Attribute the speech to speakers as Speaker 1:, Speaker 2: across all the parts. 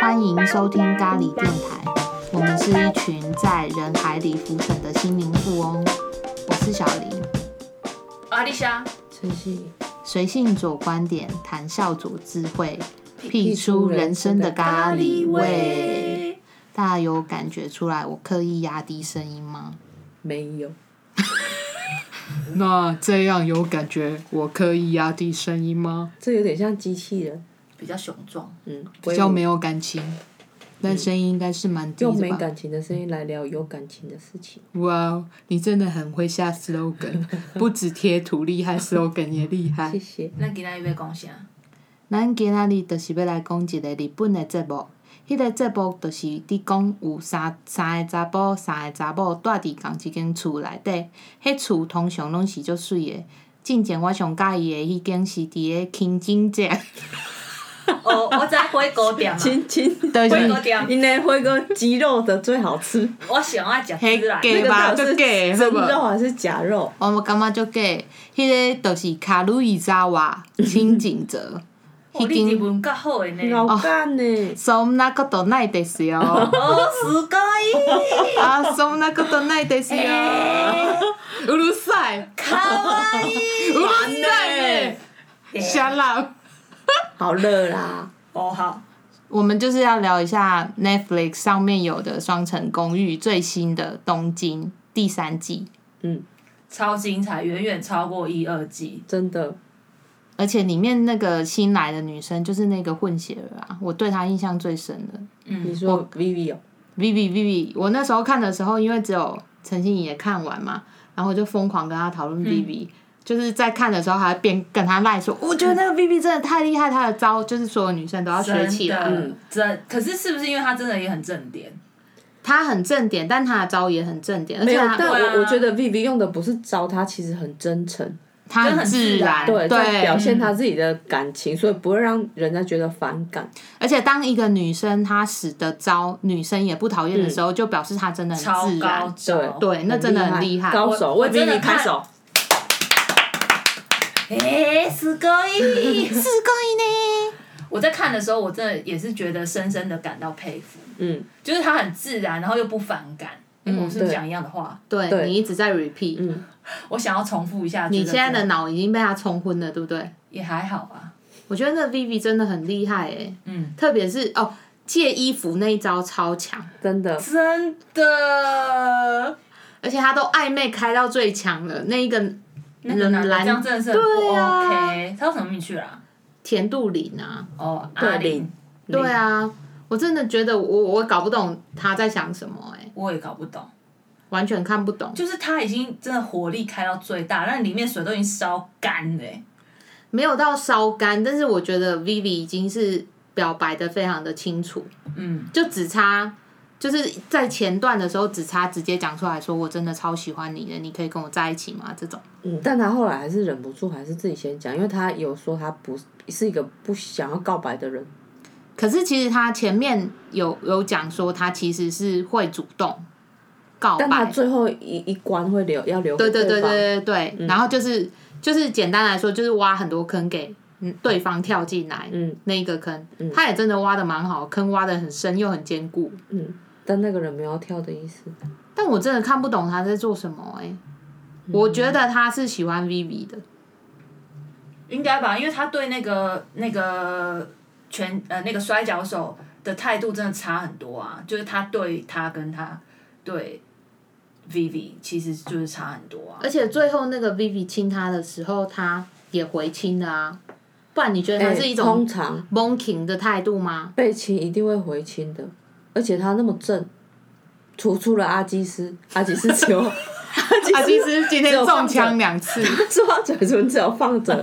Speaker 1: 欢迎收听咖喱电台，我们是一群在人海里浮沉的心灵富翁。我是小林，
Speaker 2: 阿丽莎，
Speaker 3: 晨曦，
Speaker 1: 随性左观点，谈笑左智慧，辟出人生的咖喱味。，大家有感觉出来我刻意压低声音吗？
Speaker 3: 没有，
Speaker 4: 那这样有感觉我刻意压低声音吗？
Speaker 3: 这有点像机器人，
Speaker 2: 比较雄壮。
Speaker 3: 嗯，
Speaker 4: 比较没有感情，但声音应该是蛮低
Speaker 3: 用没
Speaker 4: 的吧？
Speaker 3: 感情的声音来聊有感情的事情，
Speaker 4: 哇哦，你真的很会 下 slogan，不止贴图厉害，slogan 也厉害
Speaker 3: 谢。谢。
Speaker 2: 咱今仔日要讲啥？
Speaker 1: 咱今仔日就是要来讲一个日本的节目，迄、个节目就是伫讲有三三个查甫、三个查某住伫共一间厝内底，迄厝通常拢是足水的。进前我上喜欢的迄间是伫个清境街，
Speaker 2: 哦，我知火锅店啊，
Speaker 3: 亲亲，
Speaker 1: 就
Speaker 2: 火锅
Speaker 1: 是
Speaker 2: 店，
Speaker 3: 因为辉哥鸡肉的最好吃，
Speaker 2: 我想要食孜然。
Speaker 3: 那
Speaker 4: 嘿对
Speaker 3: 个
Speaker 4: 吧
Speaker 3: 到底是
Speaker 4: 就假的
Speaker 3: 真
Speaker 4: 好不好
Speaker 3: 肉还是假肉？
Speaker 1: 我嘛感觉足假的。迄、个就是卡路伊扎瓦清景泽，
Speaker 2: 哦，你日文较好诶呢。
Speaker 3: 老干呢？
Speaker 1: そんなことないですよ。
Speaker 2: 哦，すごい，
Speaker 1: 啊，そんなことないですよ。
Speaker 4: うるさい，
Speaker 2: かわい い。
Speaker 4: うるさいね，
Speaker 1: 啊
Speaker 4: 瞎啦！
Speaker 3: 好热啦！
Speaker 2: 哦，好，
Speaker 1: 我们就是要聊一下 Netflix 上面有的《双城公寓》最新的《东京》第三季，
Speaker 3: 嗯，
Speaker 2: 超精彩，远远超过一二季。
Speaker 3: 真的，
Speaker 1: 而且里面那个新来的女生就是那个混血儿啊，我对她印象最深的
Speaker 3: 你
Speaker 2: 嗯，
Speaker 3: 说 Vivi 哦，
Speaker 1: Vivi Vivi。我那时候看的时候，因为只有陈欣怡也看完嘛，然后我就疯狂跟她讨论
Speaker 3: 嗯
Speaker 1: Vivi。就是在看的时候，还边跟她赖
Speaker 3: 嗯
Speaker 1: 说，我觉得那个 Vivi 真的太厉害，她的招就是所有女生都要学
Speaker 2: 真
Speaker 1: 起来。
Speaker 2: 的，嗯真可是是不是因为他真的也很正点？
Speaker 1: 她很正点，但她的招也很正点，而
Speaker 3: 没
Speaker 1: 且
Speaker 3: 有，
Speaker 1: 她
Speaker 3: 但我
Speaker 2: 对
Speaker 3: 我
Speaker 2: 啊
Speaker 3: 觉得 Vivi 用的不是招，他其实很真诚，
Speaker 1: 她
Speaker 2: 就很自
Speaker 1: 自然，
Speaker 2: 然
Speaker 3: 对，在
Speaker 1: 对嗯
Speaker 3: 表现他自己的感情，所以不会让人家觉得反感。
Speaker 1: 而且当一个女生她使得招女生也不讨厌的时候，就表示她真的
Speaker 2: 超
Speaker 1: 很自
Speaker 2: 高
Speaker 1: 然。
Speaker 2: 招。
Speaker 1: 对，那真的很厉害。
Speaker 3: 高手，
Speaker 2: 我
Speaker 3: 为
Speaker 2: 我真的
Speaker 3: Vivi
Speaker 2: 看
Speaker 3: 拍手。
Speaker 2: 诶，すご い。
Speaker 1: 四个
Speaker 2: 我在看的时候，我真的也是觉得深深的感到佩服。
Speaker 3: 嗯，
Speaker 2: 就是他很自然，然后又不反感。诶我是不是
Speaker 3: 对
Speaker 2: 讲一样的话？
Speaker 1: 呢？嗯对
Speaker 3: 对
Speaker 1: 你一直在 repeat，、
Speaker 3: 嗯，
Speaker 2: 我想要重复一下。
Speaker 1: 你
Speaker 2: 觉得
Speaker 1: 现在的
Speaker 2: 真
Speaker 1: 脑已经被她冲昏了，对不对？
Speaker 2: 也还好啊吧？
Speaker 1: 我觉得那 Vivi 真的很厉害诶、欸
Speaker 2: 嗯，
Speaker 1: 特别是哦借衣服那一招超强，
Speaker 3: 真的，
Speaker 2: 真的，
Speaker 1: 而且她都暧昧开到最强了，那一个
Speaker 2: 那个男的
Speaker 1: 蓝
Speaker 2: 哎这样真的是很不
Speaker 1: 对啊
Speaker 2: OK。他到什么名去了？
Speaker 1: 甜度零啊，
Speaker 2: 哦，阿
Speaker 3: 对
Speaker 2: 玲
Speaker 3: 林，，
Speaker 1: 对啊，我真的觉得我我搞不懂她在想什么诶、欸
Speaker 2: 我也搞不懂。
Speaker 1: 完全看不懂。
Speaker 2: 就是他已经真的火力开到最大，但里面水都已经烧干了欸、
Speaker 1: 没有到烧干，但是我觉得 Vivi 已经是表白的非常的清楚，
Speaker 2: 嗯，
Speaker 1: 就只差就是在前段的时候只差直接讲出来说我真的超喜欢你的，你可以跟我在一起吗？这种
Speaker 3: 嗯，但他后来还是忍不住，还是自己先讲，因为他有说他不是是一个不想要告白的人，
Speaker 1: 可是其实他前面有有讲说他其实是会主动告
Speaker 3: 但他
Speaker 1: 白，
Speaker 3: 最后一一关会留要留
Speaker 1: 对
Speaker 3: 给
Speaker 1: 对对
Speaker 3: 方嗯
Speaker 1: 对对对，然后就是就是简单来说就是挖很多坑给嗯对方跳进来，
Speaker 3: 嗯
Speaker 1: 那一个坑，他也真的挖的蛮好，坑挖的很深又很坚固。
Speaker 3: 嗯，但那个人没有要跳的意思，
Speaker 1: 但我真的看不懂他在做什么哎、我觉得他是喜欢 Vivi 的，
Speaker 2: 应该吧，因为他对那个那个拳呃那个摔跤手的态度真的差很多啊，就是他对他跟他对 Vivi 其实就是差很多啊。
Speaker 1: 而且最后那个 Vivi 亲他的时候，他也回亲了啊。不然你觉得他是一
Speaker 3: 哎通
Speaker 1: 种
Speaker 3: 常
Speaker 1: bonking 的态度吗？
Speaker 3: 被亲一定会回亲的，而且他那么正，除除了阿基斯，阿基斯 只有阿基斯
Speaker 1: 实今
Speaker 3: 天中枪
Speaker 1: 两 次，
Speaker 3: 说他嘴唇只有放 着，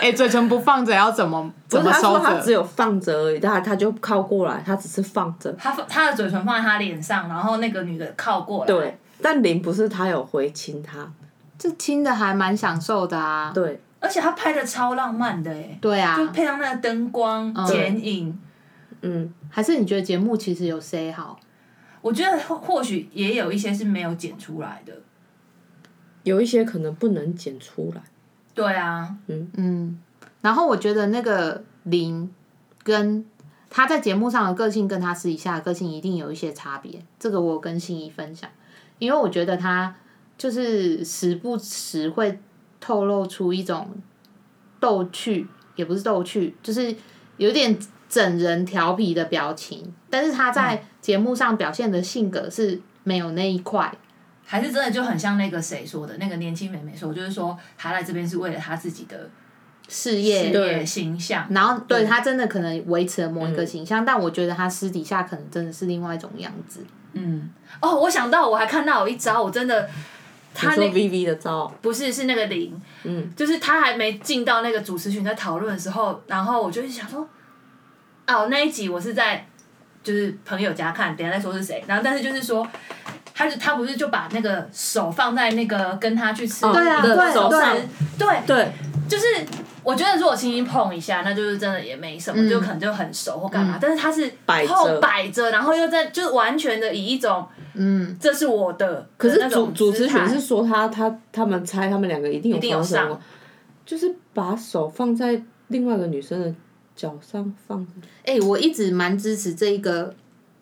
Speaker 4: 哎、嘴唇不放着要怎么
Speaker 3: 不
Speaker 4: 怎
Speaker 3: 是
Speaker 4: 么
Speaker 3: 他
Speaker 4: 收
Speaker 3: 说他只
Speaker 4: 着？
Speaker 3: 有放着而已，他他就靠过来，他只是放着，
Speaker 2: 他他的嘴唇放在他脸上，然后那个女的靠过来，
Speaker 3: 对，但林不是他有回亲他，
Speaker 1: 这亲的还蛮享受的啊。
Speaker 3: 对。
Speaker 2: 而且他拍的超浪漫的哎、
Speaker 1: 对
Speaker 2: 就
Speaker 1: 啊，
Speaker 2: 配上那个灯光、剪影，
Speaker 3: 嗯，
Speaker 1: 还是你觉得节目其实有 say 好？
Speaker 2: 我觉得或或许也有一些是没有剪出来的。
Speaker 3: 有一些可能不能剪出来。
Speaker 2: 对啊，
Speaker 1: 嗯，然后我觉得那个林跟他在节目上的个性跟他私底下的个性一定有一些差别，这个我有跟心仪分享，因为我觉得他就是时不时会透露出一种逗趣，也不是逗趣，就是有点整人调皮的表情，但是他在节目上表现的性格是没有那一块，
Speaker 2: 还是真的就很像那个谁说的，那个年轻美眉说，就是说她来这边是为了她自己的
Speaker 1: 事
Speaker 2: 事
Speaker 1: 业
Speaker 2: 业形象。
Speaker 1: 然后对他真的可能维持了某一个形象，但我觉得他私底下可能真的是另外一种样子。
Speaker 2: 嗯，哦，我想到我还看到有一招，我真的，他
Speaker 3: 你说
Speaker 2: 那
Speaker 3: VV 的招哦，
Speaker 2: 不是是那个零，嗯，就是他还没进到那个主持群在讨论的时候，然后我就想说，哦，那一集我是在就是朋友家看，等一下再说是谁。然后但是就是说，他就他不是就把那个手放在那个跟他去吃
Speaker 1: 对啊
Speaker 2: 的
Speaker 1: 对
Speaker 2: 手上
Speaker 1: 对，
Speaker 2: 对，
Speaker 3: 对，
Speaker 2: 就是我觉得如果轻轻碰一下，那就是真的也没什么，就可能就很熟或干嘛。但是他是
Speaker 3: 嗯摆着
Speaker 2: 后摆着，然后又在就是完全的以一种
Speaker 1: 嗯，
Speaker 2: 这是我的，
Speaker 3: 可是
Speaker 2: 那
Speaker 3: 主
Speaker 2: 种
Speaker 3: 主持
Speaker 2: 姿态
Speaker 3: 群是说他他他们猜他们两个一定
Speaker 2: 一定
Speaker 3: 有
Speaker 2: 有
Speaker 3: 发生过
Speaker 2: 上，
Speaker 3: 就是把手放在另外一个女生的脚上放着，
Speaker 1: 哎、我一直蛮支持这一个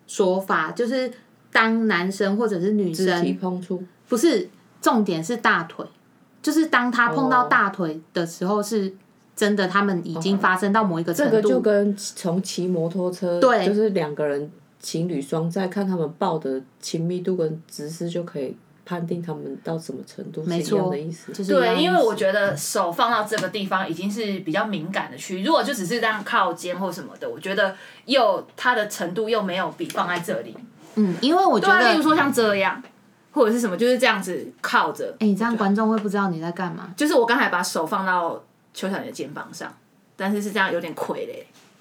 Speaker 1: 说法，就是当男生或者是女
Speaker 3: 肢体
Speaker 1: 生，
Speaker 3: 碰触，
Speaker 1: 不是重点是大腿，就是当他碰到
Speaker 3: 哦
Speaker 1: 大腿的时候，是真的他们已经发生到某一哦个程
Speaker 3: 这个
Speaker 1: 度。
Speaker 3: 就跟从骑摩托车，
Speaker 1: 对
Speaker 3: 就是两个人情侣双在看他们抱的亲密度跟姿势就可以判定他们到什么程度是
Speaker 1: 没
Speaker 3: 一样
Speaker 1: 错
Speaker 3: 的意思，。
Speaker 1: 就是一样的
Speaker 2: 对，
Speaker 1: 意
Speaker 2: 因为
Speaker 1: 思
Speaker 2: 我觉得手放到这个地方已经是比较敏感的区域，如果就只是这样靠肩或什么的，我觉得又它的程度又没有比放在这里。
Speaker 1: 嗯，因为我觉
Speaker 2: 对啊，
Speaker 1: 得，
Speaker 2: 例
Speaker 1: 哎、
Speaker 2: 如说像这样，或者是什么，就是这样子靠着，
Speaker 1: 你这样观众会不知道你在干嘛。
Speaker 2: 就是我刚才把手放到邱小姐的肩膀上，但是是这样有点傀儡。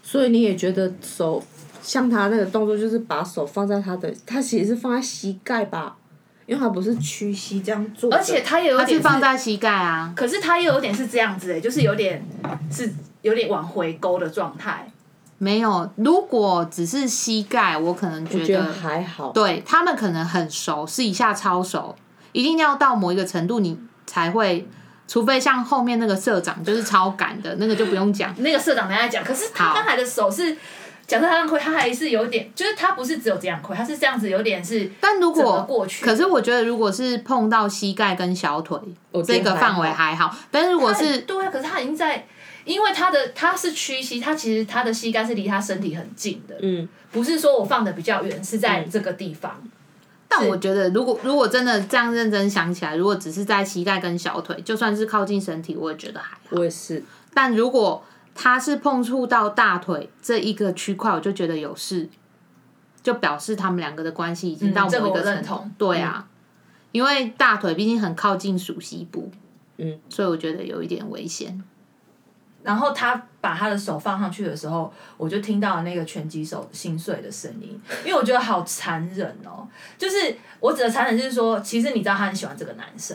Speaker 3: 所以你也觉得手像他那个动作，就是把手放在他的，他其实是放在膝盖吧，因为他不是屈膝这样做的，
Speaker 2: 而且他也有
Speaker 1: 他
Speaker 2: 点
Speaker 1: 是
Speaker 2: 是
Speaker 1: 放，在膝盖啊，
Speaker 2: 可是他也有点是这样子、欸，就是有点是有点往回勾的状态。，
Speaker 1: 没有。如果只是膝盖，我可能
Speaker 3: 我觉得还好，
Speaker 1: 对他们可能很熟，私底下超熟，一定要到某一个程度你才会，除非像后面那个社长就是超赶的那个就不用讲
Speaker 2: 那个社长等一下讲，可是他
Speaker 1: 好
Speaker 2: 刚才的手是。假设他让亏，他还是有点，就是他不是只有这样亏，他是这样子，有点是
Speaker 1: 但如
Speaker 2: 整个
Speaker 1: 果
Speaker 2: 过去。
Speaker 1: 可是我觉得如果是碰到膝盖跟小腿
Speaker 3: 我觉
Speaker 1: 这
Speaker 3: 得
Speaker 1: 个
Speaker 3: 还
Speaker 1: 范围
Speaker 3: 好
Speaker 1: 还好，但是如果
Speaker 2: 他很
Speaker 1: 是
Speaker 2: 对啊，可是他已经在，因为他的他是屈膝，他其实他的膝盖是离他身体很近的，
Speaker 3: 嗯，
Speaker 2: 不是说我放的比较远，是在这个地方。
Speaker 1: 但我觉得如果如果真的这样认真想起来，如果只是在膝盖跟小腿，就算是靠近身体，我也觉得还好。
Speaker 3: 我也是，
Speaker 1: 但如果他是碰触到大腿这一个区块，我就觉得有事，就表示他们两个的关系已经到
Speaker 2: 嗯这个
Speaker 1: 某一
Speaker 2: 我
Speaker 1: 个程
Speaker 2: 认
Speaker 1: 度。
Speaker 2: 同嗯
Speaker 1: 对啊，因为大腿毕竟很靠近属膝部，
Speaker 3: 嗯，
Speaker 1: 所以我觉得有一点危险。
Speaker 2: 然后他把他的手放上去的时候，我就听到了那个拳击手心碎的声音，因为我觉得好残忍哦。就是我指的残忍，就是说，其实你知道他很喜欢这个男生，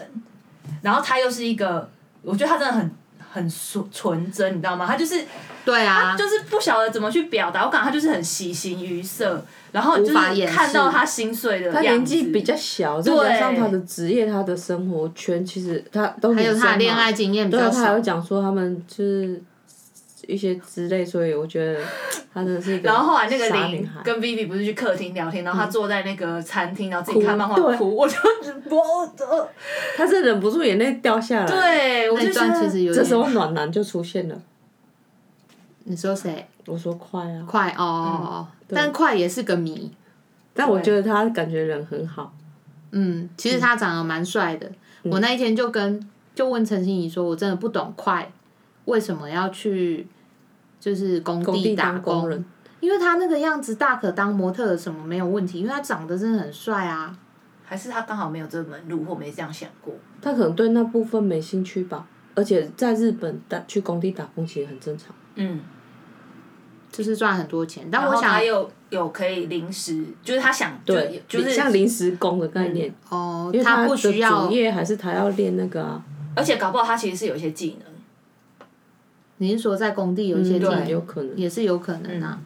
Speaker 2: 然后他又是一个，我觉得他真的很很纯纯真，你知道吗？他 就是
Speaker 1: 对啊，
Speaker 2: 就是不晓得怎么去表达，我感觉他就是很喜形于色，然后就
Speaker 1: 无法
Speaker 2: 是
Speaker 1: 掩饰
Speaker 2: 看到他心碎的
Speaker 3: 他
Speaker 2: 样
Speaker 3: 年纪
Speaker 2: 子
Speaker 3: 比较小，再加上他的职业、他的生活圈，其实他都
Speaker 1: 还
Speaker 3: 还
Speaker 1: 有他的恋爱经验比
Speaker 3: 对啊，
Speaker 1: 较
Speaker 3: 他还
Speaker 1: 少
Speaker 3: 有。讲说他们就是一些之类，所以我觉得他真的是一个
Speaker 2: 然后后来那个
Speaker 3: 傻女
Speaker 2: 林
Speaker 3: 孩嗯
Speaker 2: 跟 Vivi 不是去客厅聊天，然后他坐在那个餐厅，然后自己
Speaker 3: 哭
Speaker 2: 看漫画
Speaker 3: 对
Speaker 2: 哭，我就我呃，
Speaker 3: 他是忍不住眼泪掉下来。，
Speaker 2: 对，我
Speaker 1: 那
Speaker 2: 就
Speaker 1: 一
Speaker 2: 觉得
Speaker 1: 段其实有
Speaker 3: 这时
Speaker 1: 点，
Speaker 3: 候暖男就出现了。
Speaker 1: 你说谁
Speaker 3: 我说快啊！
Speaker 1: 快哦？但快也是个谜。
Speaker 3: 但我觉得他感觉人很好，
Speaker 1: 嗯，其实他长得蛮帅的。
Speaker 3: 嗯
Speaker 1: 我那一天就跟就问陈欣怡说，我真的不懂快为什么要去就是工
Speaker 3: 工地
Speaker 1: 打
Speaker 3: 当工人，
Speaker 1: 因为他那个样子大可当模特什么没有问题，因为他长得真的很帅啊。
Speaker 2: 还是他刚好没有这门路，或没这样想过。
Speaker 3: 他可能对那部分没兴趣吧。而且在日本打去工地打工其实很正常。
Speaker 2: 嗯，
Speaker 1: 就是赚很多钱，但
Speaker 2: 然
Speaker 1: 我
Speaker 2: 后
Speaker 1: 想
Speaker 2: 他又有可以临时，就是他想就就是
Speaker 3: 像临时工的概念，
Speaker 1: 哦
Speaker 3: 因为，
Speaker 1: 他
Speaker 3: 的
Speaker 1: 不需要
Speaker 3: 主。业还是他要练那个啊，
Speaker 2: 而且搞不好他其实是有一些技能。
Speaker 1: 你是说在工地有一些
Speaker 3: 嗯
Speaker 1: 技能，
Speaker 3: 有可能
Speaker 1: 也是有可能啊。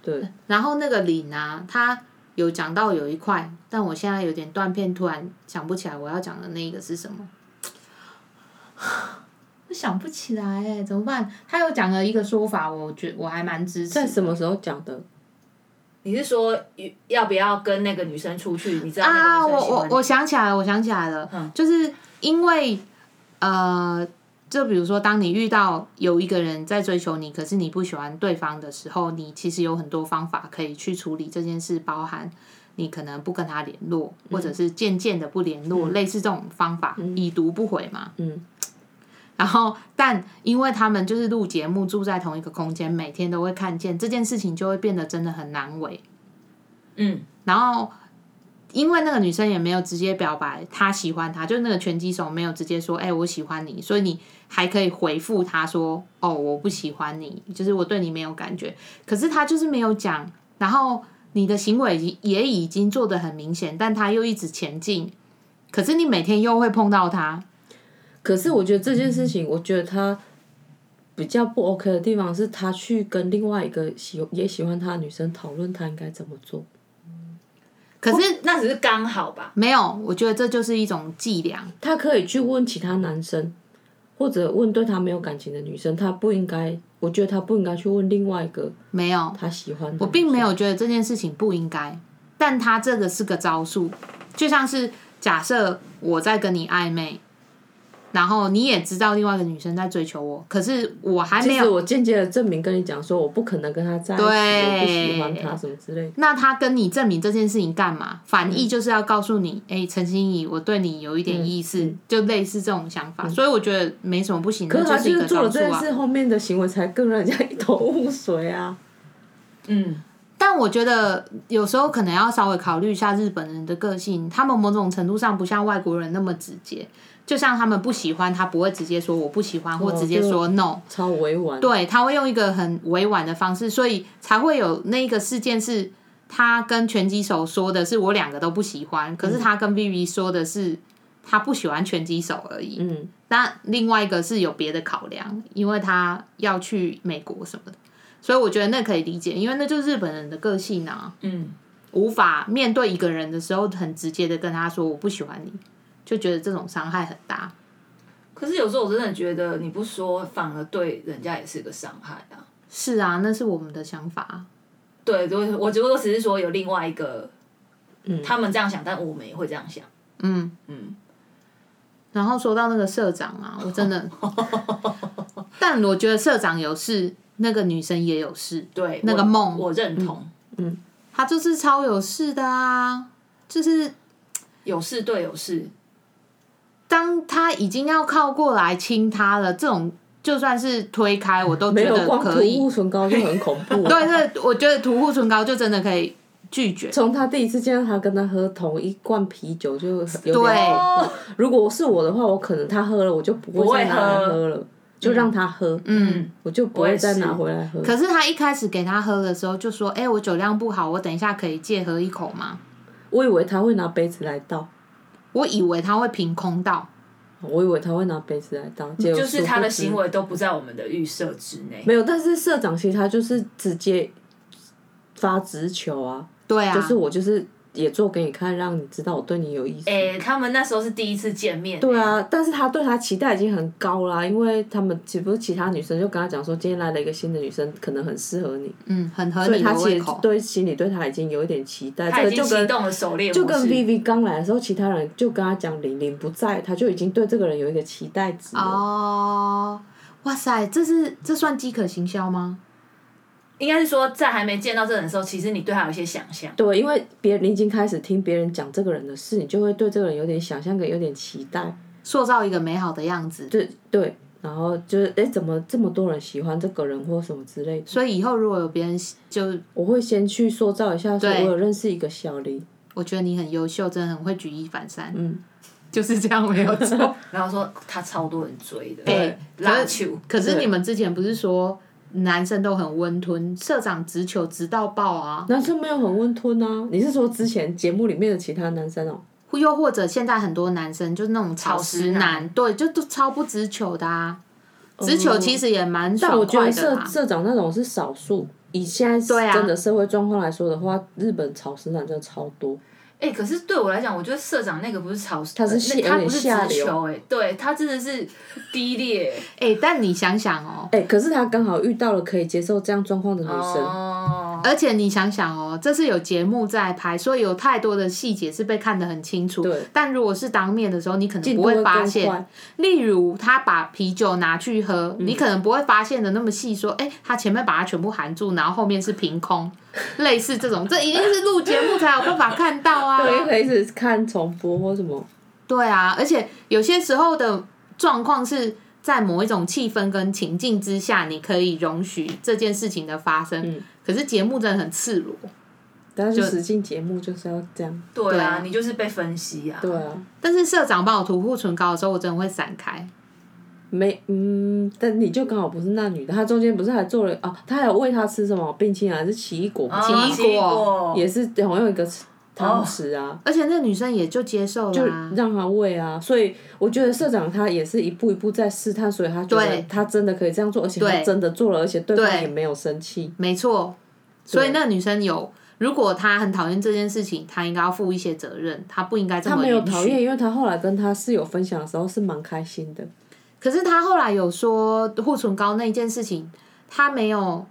Speaker 3: 对。
Speaker 1: 然后那个领啊，他有讲到有一块，但我现在有点断片，突然想不起来我要讲的那个是什么。 我想不起来哎，怎么办？他有讲了一个说法，我觉我还蛮支持。
Speaker 3: 在什么时候讲的？
Speaker 2: 你是说要不要跟那个女生出去？你知道那
Speaker 1: 啊，
Speaker 2: 个
Speaker 1: 我
Speaker 2: 女生喜
Speaker 1: 我
Speaker 2: 欢你
Speaker 1: 我想起来了，我想起来了，
Speaker 2: 嗯
Speaker 1: 就是因为呃，就比如说，当你遇到有一个人在追求你，可是你不喜欢对方的时候，你其实有很多方法可以去处理这件事，包含你可能不跟他联络，或
Speaker 2: 嗯
Speaker 1: 者是渐渐的不联络，类似这种方法，已读不回嘛。
Speaker 3: 嗯。
Speaker 1: 然后，但因为他们就是录节目，住在同一个空间，每天都会看见这件事情，就会变得真的很难为。
Speaker 2: 嗯，
Speaker 1: 然后因为那个女生也没有直接表白她喜欢他，就是那个拳击手没有直接说哎、我喜欢你，所以你还可以回复他说哦我不喜欢你，就是我对你没有感觉。可是他就是没有讲，然后你的行为已也已经做得很明显，但他又一直前进，可是你每天又会碰到他，
Speaker 3: 可是我觉得这件事情，我觉得他比较不 OK 的地方是，他去跟另外一个喜也喜欢他的女生讨论他应该怎么做。
Speaker 1: 可是
Speaker 2: 那只是刚好吧。
Speaker 1: 没有，我觉得这就是一种伎俩。
Speaker 3: 他可以去问其他男生，或者问对他没有感情的女生，他不应该，我觉得他不应该去问另外一个
Speaker 1: 没有，
Speaker 3: 他喜欢的女生。
Speaker 1: 我并没有觉得这件事情不应该，但他这个是个招数，就像是假设我在跟你暧昧，然后你也知道另外一个女生在追求我，可是我还
Speaker 3: 其
Speaker 1: 没
Speaker 3: 实
Speaker 1: 有。
Speaker 3: 我间接的证明跟你讲说，我不可能跟他在一起，
Speaker 1: 对
Speaker 3: 我不喜欢他什么之类的。
Speaker 1: 那他跟你证明这件事情干嘛？反义就是要告诉你，
Speaker 3: 嗯
Speaker 1: 哎、陈心怡，我对你有一点意思，就类似这种想法，所以我觉得没什么不行
Speaker 3: 嗯可
Speaker 1: 的，
Speaker 3: 是他
Speaker 1: 这
Speaker 3: 就
Speaker 1: 一
Speaker 3: 是
Speaker 1: 个
Speaker 3: 做了
Speaker 1: 招
Speaker 3: 这
Speaker 1: 数
Speaker 3: 件
Speaker 1: 啊。
Speaker 3: 事，后面的行为才更让人家一头雾 水啊！
Speaker 2: 嗯，
Speaker 1: 但我觉得有时候可能要稍微考虑一下日本人的个性，他们某种程度上不像外国人那么直接，就像他们不喜欢，他不会直接说我不喜欢，或直接说 no，
Speaker 3: 超委婉，
Speaker 1: 对他会用一个很委婉的方式，所以才会有那个事件是他跟拳击手说的是我两个都不喜欢，可是他跟 B B 说的是他不喜欢拳击手而已。
Speaker 3: 嗯，
Speaker 1: 那另外一个是有别的考量，因为他要去美国什么的，所以我觉得那可以理解，因为那就是日本人的个性啊，
Speaker 2: 嗯，
Speaker 1: 无法面对一个人的时候，很直接的跟他说我不喜欢你，就觉得这种伤害很大。
Speaker 2: 可是有时候我真的觉得你不说，反而对人家也是个伤害啊。
Speaker 1: 是啊，那是我们的想法啊。
Speaker 2: 对，我我只不过只是说有另外一个，他们这样想，但我们也会这样想。
Speaker 1: 嗯
Speaker 2: 嗯，
Speaker 1: 然后说到那个社长啊，我真的，但我觉得社长有事，那个女生也有事，
Speaker 2: 对，
Speaker 1: 那个
Speaker 2: 我
Speaker 1: 梦嗯
Speaker 2: 我认同，
Speaker 1: 她就是超有事的啊，就是
Speaker 2: 有事对有事，
Speaker 1: 当他已经要靠过来亲他了，这种就算是推开，我都
Speaker 3: 没
Speaker 1: 觉
Speaker 3: 有
Speaker 1: 得
Speaker 3: 光涂
Speaker 1: 可以。
Speaker 3: 护唇膏就很恐怖。
Speaker 1: 对对，我觉得涂护唇膏就真的可以拒绝。
Speaker 3: 从他第一次见到他跟他喝同一罐啤酒就有点，
Speaker 1: 对
Speaker 2: 哦，
Speaker 3: 如果是我的话，我可能他喝了我就不
Speaker 2: 不
Speaker 3: 会
Speaker 2: 会
Speaker 3: 再拿来
Speaker 2: 喝
Speaker 3: 喝了，就让他喝，
Speaker 2: 嗯，
Speaker 3: 我就不
Speaker 2: 我
Speaker 3: 会
Speaker 2: 也
Speaker 3: 再
Speaker 2: 是
Speaker 3: 拿回来喝。
Speaker 1: 可是他一开始给他喝的时候就说：“哎、我酒量不好，我等一下可以借喝一口吗
Speaker 3: 我以为他会拿杯子来倒，？”
Speaker 1: 我以为他会凭空到，
Speaker 3: 我以为他会拿杯子来倒，结果
Speaker 2: 就是他
Speaker 3: 殊不
Speaker 2: 的
Speaker 3: 知
Speaker 2: 行为都不在我们的预设之内。
Speaker 3: 没有。但是社长其实他就是直接发直球啊，
Speaker 1: 对啊，
Speaker 3: 就是我就是也做给你看，让你知道我对你有意思。
Speaker 2: 哎、他们那时候是第一次见面、
Speaker 3: 对，啊，但是他对他期待已经很高啦，因为他们岂不是其他女生就跟他讲说，今天来了一个新的女生，可能很适合你，
Speaker 1: 嗯，很合
Speaker 3: 所以
Speaker 1: 理
Speaker 3: 他
Speaker 1: 的
Speaker 3: 其
Speaker 1: 胃
Speaker 3: 实
Speaker 1: 口。
Speaker 3: 对心里对他已经有一点期待，
Speaker 2: 他
Speaker 3: 这
Speaker 2: 已
Speaker 3: 个
Speaker 2: 经
Speaker 3: 就
Speaker 2: 启
Speaker 3: 跟
Speaker 2: 动了狩猎模式，
Speaker 3: 就跟 Vivi 刚来的时候，其他人就跟他讲玲玲不在，他就已经对这个人有一个期待值了。
Speaker 1: 哦，哇塞，这是这算饥渴行销吗？
Speaker 2: 应该是说在还没见到这人的时候，其实你对他有一些想象。
Speaker 3: 对，因为别人你已经开始听别人讲这个人的事，你就会对这个人有点想象跟有点期待，
Speaker 1: 塑造一个美好的样子。
Speaker 3: 对对，然后就是哎，诶怎么这么多人喜欢这个人或什么之类的，
Speaker 1: 所以以后如果有别人就
Speaker 3: 我会先去塑造一下，说我
Speaker 1: 对
Speaker 3: 有认识一个小林，
Speaker 1: 我觉得你很优秀，真的很会举一反三，
Speaker 3: 嗯，
Speaker 1: 就是这样没有 错。
Speaker 2: 然后说他超多人追的，
Speaker 1: 对
Speaker 2: 拉球，
Speaker 1: 可是你们之前不是说男生都很温吞，社长直球直到爆啊？
Speaker 3: 男生没有很温吞啊，你是说之前节目里面的其他男生哦、
Speaker 1: 又或者现在很多男生就是那种草食
Speaker 2: 草食
Speaker 1: 男，
Speaker 2: 男
Speaker 1: 对，就都超不直球的啊。直球其实也蛮
Speaker 3: 哦但我
Speaker 1: 爽
Speaker 3: 觉
Speaker 1: 快
Speaker 3: 得
Speaker 1: 的
Speaker 3: 社
Speaker 1: 啦。
Speaker 3: 社长那种是少数，以现在
Speaker 1: 对啊
Speaker 3: 真的社会状况来说的话，日本草食男真的超多，
Speaker 2: 哎、可是对我来讲，我觉得社长那个不是草，
Speaker 3: 他是
Speaker 2: 呃
Speaker 3: 下
Speaker 2: 那他不是
Speaker 3: 有点下
Speaker 2: 直球、哎，对他真的是低 劣
Speaker 1: 哎、但你想想哦，
Speaker 3: 哎、可是他刚好遇到了可以接受这样状况的女生，
Speaker 2: 哦，
Speaker 1: 而且你想想哦，这是有节目在拍，所以有太多的细节是被看得很清楚。
Speaker 3: 对。
Speaker 1: 但如果是当面的时候，你可能
Speaker 3: 进
Speaker 1: 不
Speaker 3: 度会
Speaker 1: 会发
Speaker 3: 更
Speaker 1: 现，
Speaker 3: 快。嗯
Speaker 1: 例如他把啤酒拿去喝，你可能不会发现的那么细，说，哎、他前面把它全部含住，然后后面是凭空， 类似这种，这一定是录节目才有办法看到啊。
Speaker 3: 对，可以一直看重播或什么。
Speaker 1: 对啊，而且有些时候的状况是在某一种气氛跟情境之下，你可以容许这件事情的发生。
Speaker 3: 嗯
Speaker 1: 可是节目真的很赤裸，
Speaker 3: 但是
Speaker 1: 就
Speaker 3: 实境节目就是要这样。
Speaker 2: 对
Speaker 1: 对
Speaker 2: 啊
Speaker 1: 啊，
Speaker 2: 你就是被分析啊，
Speaker 3: 对啊，
Speaker 1: 但是社长帮我涂护唇膏的时候，我真的会闪开。
Speaker 3: 没嗯，但你就刚好不是那女的，她中间不是还做了哦，她还有喂她吃什么冰淇淋还是奇异果，
Speaker 2: 啊，
Speaker 1: 奇异
Speaker 2: 异
Speaker 1: 果
Speaker 2: 果
Speaker 3: 也是好像有一个汤匙啊，
Speaker 1: 而且那女生也就接受
Speaker 3: 就
Speaker 1: 了、啊，
Speaker 3: 让她喂啊。所以我觉得社长他也是一步一步在试探，所以他觉得
Speaker 1: 对
Speaker 3: 他真的可以这样做，而且
Speaker 1: 对
Speaker 3: 他真的做了，而且对方
Speaker 1: 对
Speaker 3: 也没有生气。
Speaker 1: 没错。所以那女生有，如果她很讨厌这件事情，她应该要负一些责任，她不应该这
Speaker 3: 他
Speaker 1: 么
Speaker 3: 没有
Speaker 1: 允
Speaker 3: 讨
Speaker 1: 许。
Speaker 3: 厌，因为他后来跟他室友分享的时候是蛮开心的。
Speaker 1: 可是她后来有说护唇膏那一件事情，她没有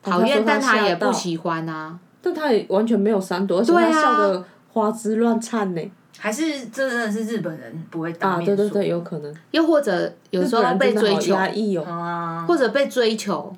Speaker 1: 讨厌，
Speaker 3: 她
Speaker 1: 但
Speaker 3: 说她
Speaker 1: 她也
Speaker 3: 吓到
Speaker 1: 不喜欢啊。
Speaker 3: 但他也完全没有闪躲，而且
Speaker 1: 对
Speaker 3: 他
Speaker 1: 啊
Speaker 3: 笑得花枝乱颤呢。
Speaker 2: 还是这真的是日本人不会当
Speaker 3: 啊，
Speaker 2: 面
Speaker 3: 对对
Speaker 2: 说
Speaker 3: 对，有可能。
Speaker 1: 又或者有时
Speaker 3: 日本
Speaker 1: 候
Speaker 3: 人
Speaker 1: 被
Speaker 3: 真的
Speaker 1: 追
Speaker 3: 好
Speaker 1: 求，嗯
Speaker 3: 压抑哦，
Speaker 2: 啊，
Speaker 1: 或者被追求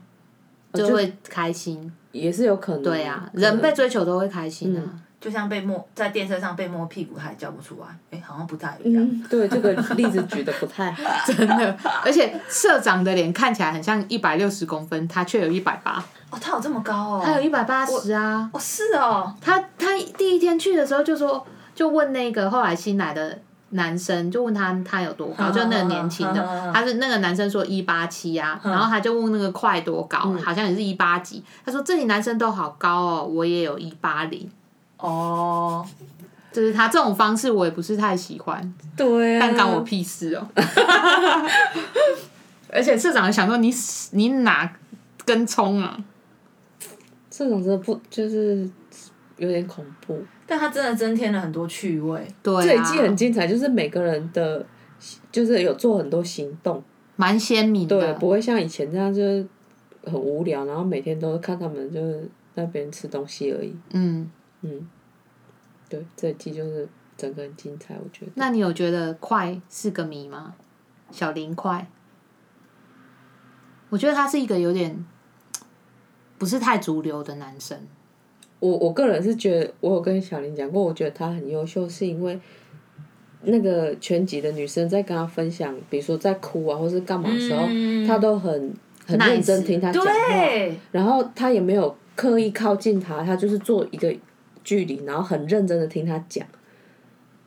Speaker 1: 就
Speaker 3: 就
Speaker 1: 会开心。
Speaker 3: 也是有可能。
Speaker 1: 对啊，
Speaker 3: 可能
Speaker 1: 人被追求都会开心啊。
Speaker 2: 就像被摸在电车上被摸屁股，他也叫不出来，哎、好像不太一样。
Speaker 3: 嗯， 对这个例子举的不 太好。
Speaker 1: 真的，而且社长的脸看起来很像一百六十公分，他却有一百八，
Speaker 2: 哦，他有这么高哦？
Speaker 1: 他有一百八十啊。
Speaker 2: 哦，是哦，
Speaker 1: 他他第一天去的时候就说，就问那个后来新来的男生，就问他他有多高，
Speaker 2: 嗯
Speaker 1: 就那个年轻
Speaker 2: 嗯嗯
Speaker 1: 的
Speaker 2: 嗯，
Speaker 1: 他是那个男生说一八七啊，嗯然后他就问那个快多高，好像也是一八几，他说这里男生都好高哦，我也有一八零，
Speaker 2: 哦，
Speaker 1: 就是他这种方式我也不是太喜欢。
Speaker 3: 对啊。
Speaker 1: 但干我屁事 哦、而且社长还想说你你哪根葱啊？
Speaker 3: 这种真的不就是有点恐怖。
Speaker 2: 但他真的增添了很多趣味。
Speaker 1: 对
Speaker 3: 这一
Speaker 1: 啊，
Speaker 3: 季很精彩，就是每个人的，就是有做很多行动，
Speaker 1: 蛮鲜明
Speaker 3: 对，
Speaker 1: 的。
Speaker 3: 不会像以前那样就是很无聊，然后每天都看他们就是那边吃东西而已。
Speaker 1: 嗯，
Speaker 3: 嗯，对，这一季就是整个很精彩，我觉得。
Speaker 1: 那你有觉得快是个谜吗？小林快，我觉得他是一个有点不是太主流的男生。
Speaker 3: 我我个人是觉得，我有跟小林讲过，我觉得她很优秀，是因为那个全集的女生在跟她分享，比如说在哭啊，或是干嘛的时候，
Speaker 2: 嗯
Speaker 3: 她都很很认真
Speaker 1: Nice
Speaker 3: 听她讲话，
Speaker 2: 对，
Speaker 3: 然后她也没有刻意靠近她，她就是做一个距离，然后很认真的听她讲。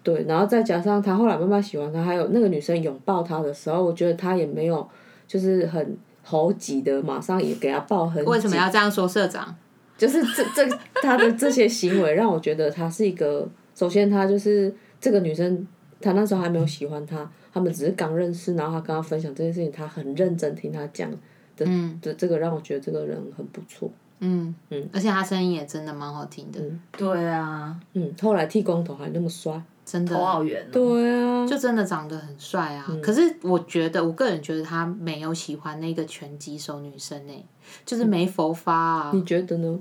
Speaker 3: 对，然后再加上她后来慢慢喜欢她，还有那个女生拥抱她的时候，我觉得她也没有就是很猴急的，马上也给她抱很紧。
Speaker 1: 为什么要这样说社长？
Speaker 3: 就是这这他的这些行为让我觉得他是一个，首先他就是这个女生，她那时候还没有喜欢他，他们只是刚认识，然后他跟他分享这件事情，他很认真听他讲的，
Speaker 1: 嗯
Speaker 3: 的这个让我觉得这个人很不错。
Speaker 1: 嗯
Speaker 3: 嗯，
Speaker 1: 而且他声音也真的蛮好听的，
Speaker 2: 对啊，
Speaker 3: 嗯，后来剃光头还那么帅，
Speaker 1: 真的
Speaker 2: 头好圆、哦。
Speaker 3: 对啊，
Speaker 1: 就真的长得很帅啊。
Speaker 3: 嗯
Speaker 1: 可是我觉得，我个人觉得他没有喜欢那个拳击手女生呢、就是
Speaker 3: 嗯
Speaker 1: 没佛发啊。
Speaker 3: 你觉得呢？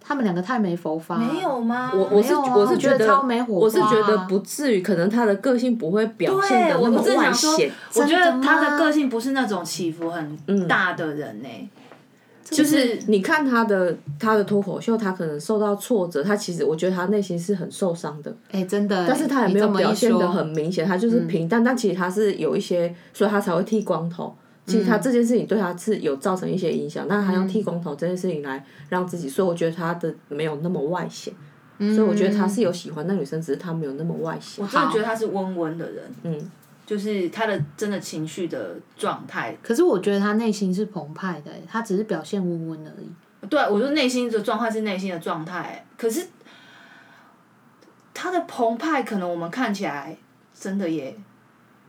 Speaker 1: 他们两个太没佛发、啊
Speaker 2: 没。有吗？
Speaker 3: 我我是、
Speaker 1: 没有啊
Speaker 3: 我是
Speaker 1: 我觉得
Speaker 3: 得
Speaker 1: 超没火花啊
Speaker 3: 我是觉得不至于，可能他的个性不会表现的
Speaker 2: 对，
Speaker 3: 那
Speaker 2: 我
Speaker 3: 么
Speaker 2: 正
Speaker 3: 外
Speaker 2: 想说
Speaker 3: 显。，
Speaker 2: 我觉
Speaker 1: 真的
Speaker 2: 得
Speaker 1: 吗
Speaker 2: 他的个性不是那种起伏很大的人呢、就是
Speaker 3: 你看他的他的脱口秀，他可能受到挫折，他其实我觉得他内心是很受伤的，
Speaker 1: 哎、真的欸、
Speaker 3: 但是他也没
Speaker 1: 你
Speaker 3: 有
Speaker 1: 这么一
Speaker 3: 表现的
Speaker 1: 说
Speaker 3: 很明显，他就是
Speaker 2: 嗯
Speaker 3: 平淡，但其实他是有一些，所以他才会剃光头。其实
Speaker 2: 嗯
Speaker 3: 他这件事情对他是有造成一些影响，但他用剃光头这件事情来让自己，所以我觉得他的没有那么外显，所以我觉得他是有喜欢那女生，只是他没有那么外
Speaker 2: 嗯
Speaker 3: 显
Speaker 2: 我。真的觉得他是温温的人，
Speaker 3: 嗯，
Speaker 2: 就是他的真的情绪的状态。
Speaker 1: 可是我觉得他内心是澎湃的欸、他只是表现温温而已。
Speaker 2: 对，我说内心的状态是内心的状态、可是他的澎湃，可能我们看起来真的也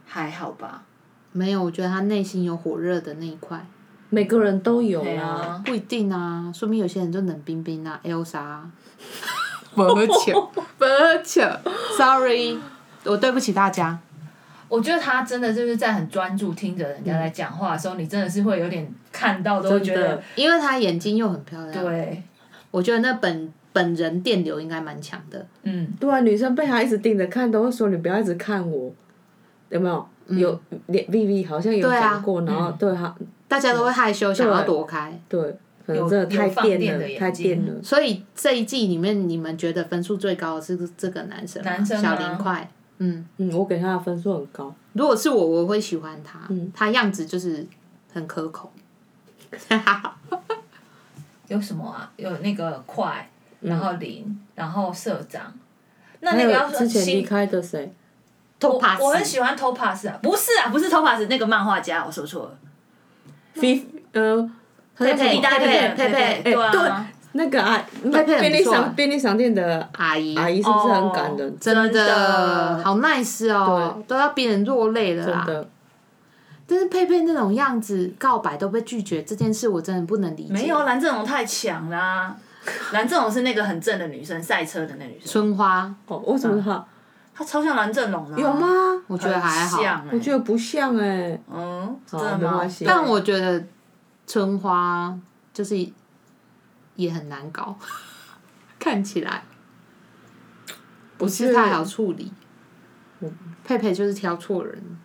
Speaker 2: 还好吧。
Speaker 1: 没有，我觉得他内心有火热的那一块，
Speaker 3: 每个人都有
Speaker 2: 对
Speaker 3: 啊，
Speaker 2: 啊，
Speaker 1: 不一定啊，说明有些人就冷冰冰啊，Elsa 啊
Speaker 4: 佛 球，佛球，
Speaker 1: Sorry，我对不起大家。
Speaker 2: 我觉得他真的就是在很专注听着人家在讲话的时候，你真的是会有点看到都会觉
Speaker 3: 真
Speaker 2: 得
Speaker 3: 的
Speaker 1: 因为她眼睛又很漂亮，
Speaker 2: 对，
Speaker 1: 我觉得那本本人电流应该蛮强的。
Speaker 2: 嗯，
Speaker 3: 对啊，女生被他一直盯着看，都会说你不要一直看我，有没有？
Speaker 2: 嗯
Speaker 3: 有连 Vivi 好像有
Speaker 1: 对啊
Speaker 3: 讲过，然后对他
Speaker 1: 大家都会害羞，想要躲开。
Speaker 3: 对，可能
Speaker 2: 有
Speaker 3: 真的
Speaker 2: 有
Speaker 3: 太
Speaker 2: 放电
Speaker 3: 电
Speaker 2: 的
Speaker 3: 了，
Speaker 2: 眼
Speaker 3: 太
Speaker 2: 睛
Speaker 3: 电了。
Speaker 1: 所以这一季里面，你们觉得分数最高的是这个男生吗，
Speaker 2: 男生吗
Speaker 1: 小林快。嗯，
Speaker 3: 嗯，我给他的分数很高，
Speaker 1: 如果是我，我会喜欢他。他样子就是很可口。
Speaker 2: 有什么啊？有那个快，
Speaker 3: 嗯
Speaker 2: 然后零，然后社长。那
Speaker 3: 还
Speaker 2: 那个
Speaker 3: 有
Speaker 2: 要说
Speaker 3: 之前离
Speaker 2: 新，
Speaker 3: 开的谁？
Speaker 2: 我
Speaker 1: Topaz
Speaker 2: 我很喜欢 Topaz 啊，不是啊，不是 Topaz 那个漫画家，我说错了，
Speaker 3: 菲呃，他叫什
Speaker 1: 佩
Speaker 3: 么
Speaker 2: 意大利人
Speaker 1: 佩佩
Speaker 2: 对
Speaker 3: 哎对
Speaker 2: 啊，
Speaker 3: 那个啊，
Speaker 1: 佩佩很
Speaker 3: 便利
Speaker 1: 不错啊
Speaker 3: 商便利商店的
Speaker 1: 阿姨，
Speaker 3: 阿姨是不是很感人？
Speaker 1: 真的
Speaker 2: 哦真的
Speaker 1: 好 nice 哦，都要逼人落泪了
Speaker 3: 真
Speaker 1: 啦。
Speaker 3: 的，
Speaker 1: 但是佩佩那种样子，告白都被拒绝这件事，我真的不能理解。
Speaker 2: 没有蓝正龙太强啦，蓝正龙是那个很正的女生，赛车的那女生，
Speaker 1: 春花，
Speaker 3: 哦，为什么他
Speaker 2: 她超像蓝正龙的，啊
Speaker 3: 有？吗？
Speaker 1: 我觉得还好
Speaker 2: 很，像欸
Speaker 3: 我觉得不像哎，
Speaker 2: 嗯，真
Speaker 3: 好
Speaker 2: 的
Speaker 3: 没
Speaker 2: 吗
Speaker 3: 关？系
Speaker 1: 但我觉得春花就是也很难搞， 看起来不是太好处理。
Speaker 2: 嗯
Speaker 1: 佩佩就是挑错人了，